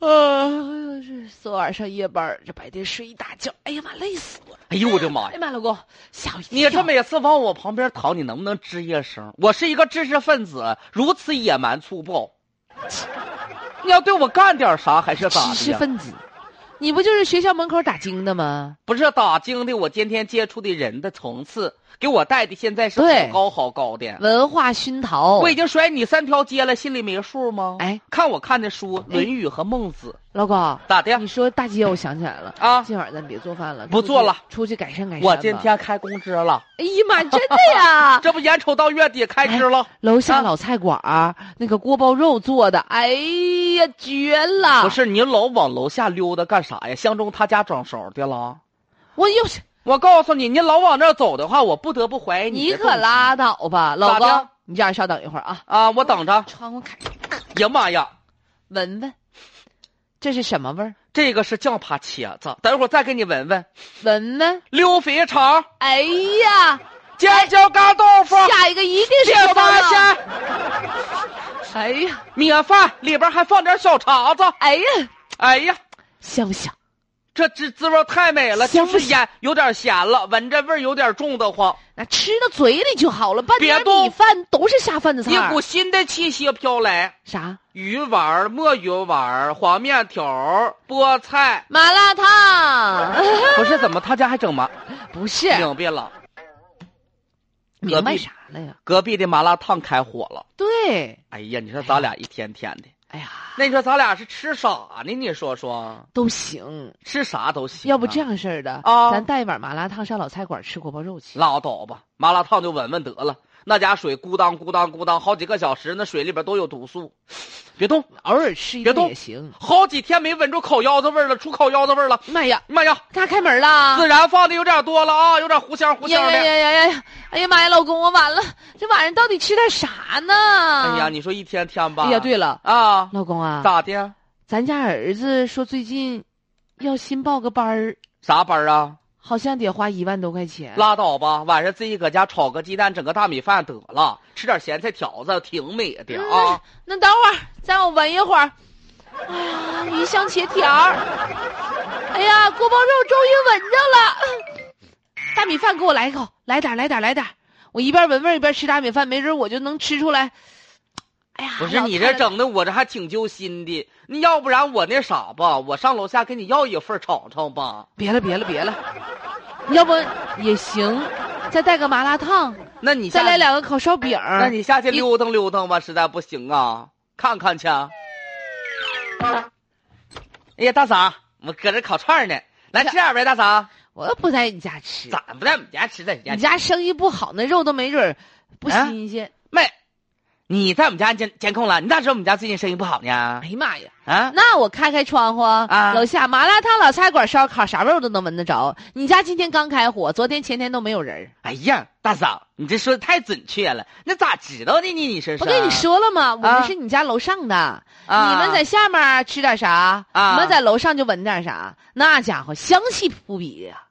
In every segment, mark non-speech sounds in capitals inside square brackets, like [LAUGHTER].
啊哎昨晚上夜班儿，这白天睡一大觉，哎呀妈，累死我了！哎呦我的妈哎呀！呀妈，老公吓我一跳！你这每次往我旁边躺，你能不能吱一声？我是一个知识分子，如此野蛮粗暴，你要对我干点啥还是咋知的识呀？分子，你不就是学校门口打经的吗？不是打经的，我今天接触的人的层次，给我带的现在是对好高好高的。文化熏陶。我已经甩你三条街了，心里没数吗？哎，看我看的书《论语》和《孟子老公》，，咋的呀你？说大姐，我想起来了，啊，今晚咱别做饭了，不做了出去，出去改善改善吧。我今天开工资了，哎呀妈，真的 [LAUGHS] 呀！这不眼瞅到月底开支了。楼下啊老菜馆儿那个锅包肉做的，哎呀，绝了！不，是你老往楼下溜达干啥呀？相中他家掌勺的了？我又是我告诉你，你老往那儿走的话，我不得不怀疑你的可动机拉倒吧，老咋的公，你家人稍等一会儿啊，啊！我等着。窗户开哎呀妈呀，闻闻，这是什么味儿？这个是酱扒茄子，等一会儿再给你闻闻。闻闻，溜肥肠、哎呀，尖椒干豆腐、下一个一定是铁锅包三肉。鲜、哎呀，米饭，里边还放点小肠子。哎呀，哎呀，香不香？这滋滋味太美了，香就不是盐有点咸了，闻着味儿有点重的慌，那吃到嘴里就好了，半点别动米饭都是啊下饭的菜一儿。股新的气息飘来。啥？鱼丸儿、墨鱼丸儿、黄面条儿、菠 [LAUGHS] 菜，麻辣烫？不是怎么他家还整麻？ [LAUGHS] 不是，明白了，明白啥了呀？隔壁的麻辣烫开火了。对，哎呀，你说咱俩一天天的，哎呀，那你说咱俩是吃啥呢？你说说，都行。哦吃啥都行啊、要不这样式儿的啊咱带一碗麻辣烫上老菜馆吃锅包肉去。拉倒吧，麻辣烫就闻闻得了。那家水咕当咕当咕当，好几个小时，那水里边都有毒素。别动，偶尔吃一别顿动也行。好几天没闻着烤腰子味儿了，出烤腰子味儿了。妈呀，妈呀，他开门啦！孜然放的有点多了啊，有点糊香糊香呀的。呀呀呀呀！哎呀妈呀，老公，我完了，这晚上到底吃点啥呢？哎哎呀，，你说一天天吧。哎呀，对了，啊，老公啊，咋的？咱家儿子说最近要新报个班儿，啥班儿啊？好像得花一万多块钱。嗯拉倒吧，晚上自己搁家炒个鸡蛋，整个大米饭得了，吃点咸菜条子，挺美的嗯啊。那等会儿再我闻一会儿。哎呀，鱼香茄条儿，哎呀，锅包肉终于闻着了。大米饭给我来一口，来点儿，来点儿，来点儿。我一边闻味儿一边吃大米饭，没准我就能吃出来。哎呀，不是老你太这太，整的，我这还挺揪心的。你要不然我那啥吧，我上楼下给你要一份尝尝吧。别了，别了，别了。要不也行，再带个麻辣烫，那你下嗯再来，两嗯个烤烧饼儿。那你下去你溜达溜达吧，实在不行啊，看看去。哎呀，大嫂，我搁这烤串呢，来吃点呗，大嫂。我又不在你家吃，咋不在我们家吃，在你家你吃家生意不好，那肉都没准儿不啊新鲜。妹，你在我们家监监控了？你咋知道我们家最近生意不好呢哎？呀妈呀！啊，那我开开窗户，啊楼下麻辣烫、老菜馆、烧烤，啥味儿我都能闻得着。你家今天刚开火，昨天前天都没有人儿。哎呀，大嫂，你这说的太准确了，那咋知道的呢？你说不说，跟你说了吗？我们啊是你家楼上的，啊，你们在下面吃点啥？啊你们在楼上就闻点啥？那家伙香气扑鼻呀、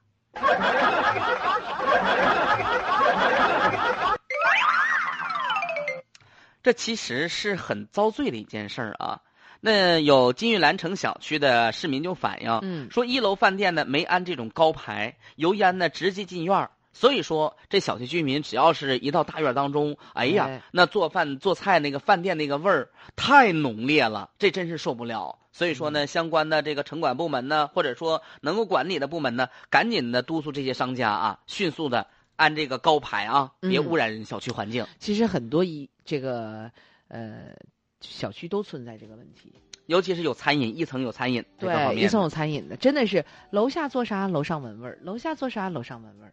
这其实是很遭罪的一件事儿啊。那有金玉兰城小区的市民就反映，嗯说一楼饭店呢没安这种高牌，油烟呢直接进院儿。所以说，这小区居民只要是一到大院当中，哎呀，哎那做饭做菜那个饭店那个味儿太浓烈了，这真是受不了。所以嗯说呢，相关的这个城管部门呢，或者说能够管理的部门呢，赶紧的督促这些商家啊，迅速的安这个高牌啊，别嗯污染小区环境。其实很多一这个呃小区都存在这个问题。尤其是有餐饮，一层有餐饮这个方对，面一层有餐饮的，真的是楼下做啥楼上闻味儿，楼下做啥楼上闻味儿。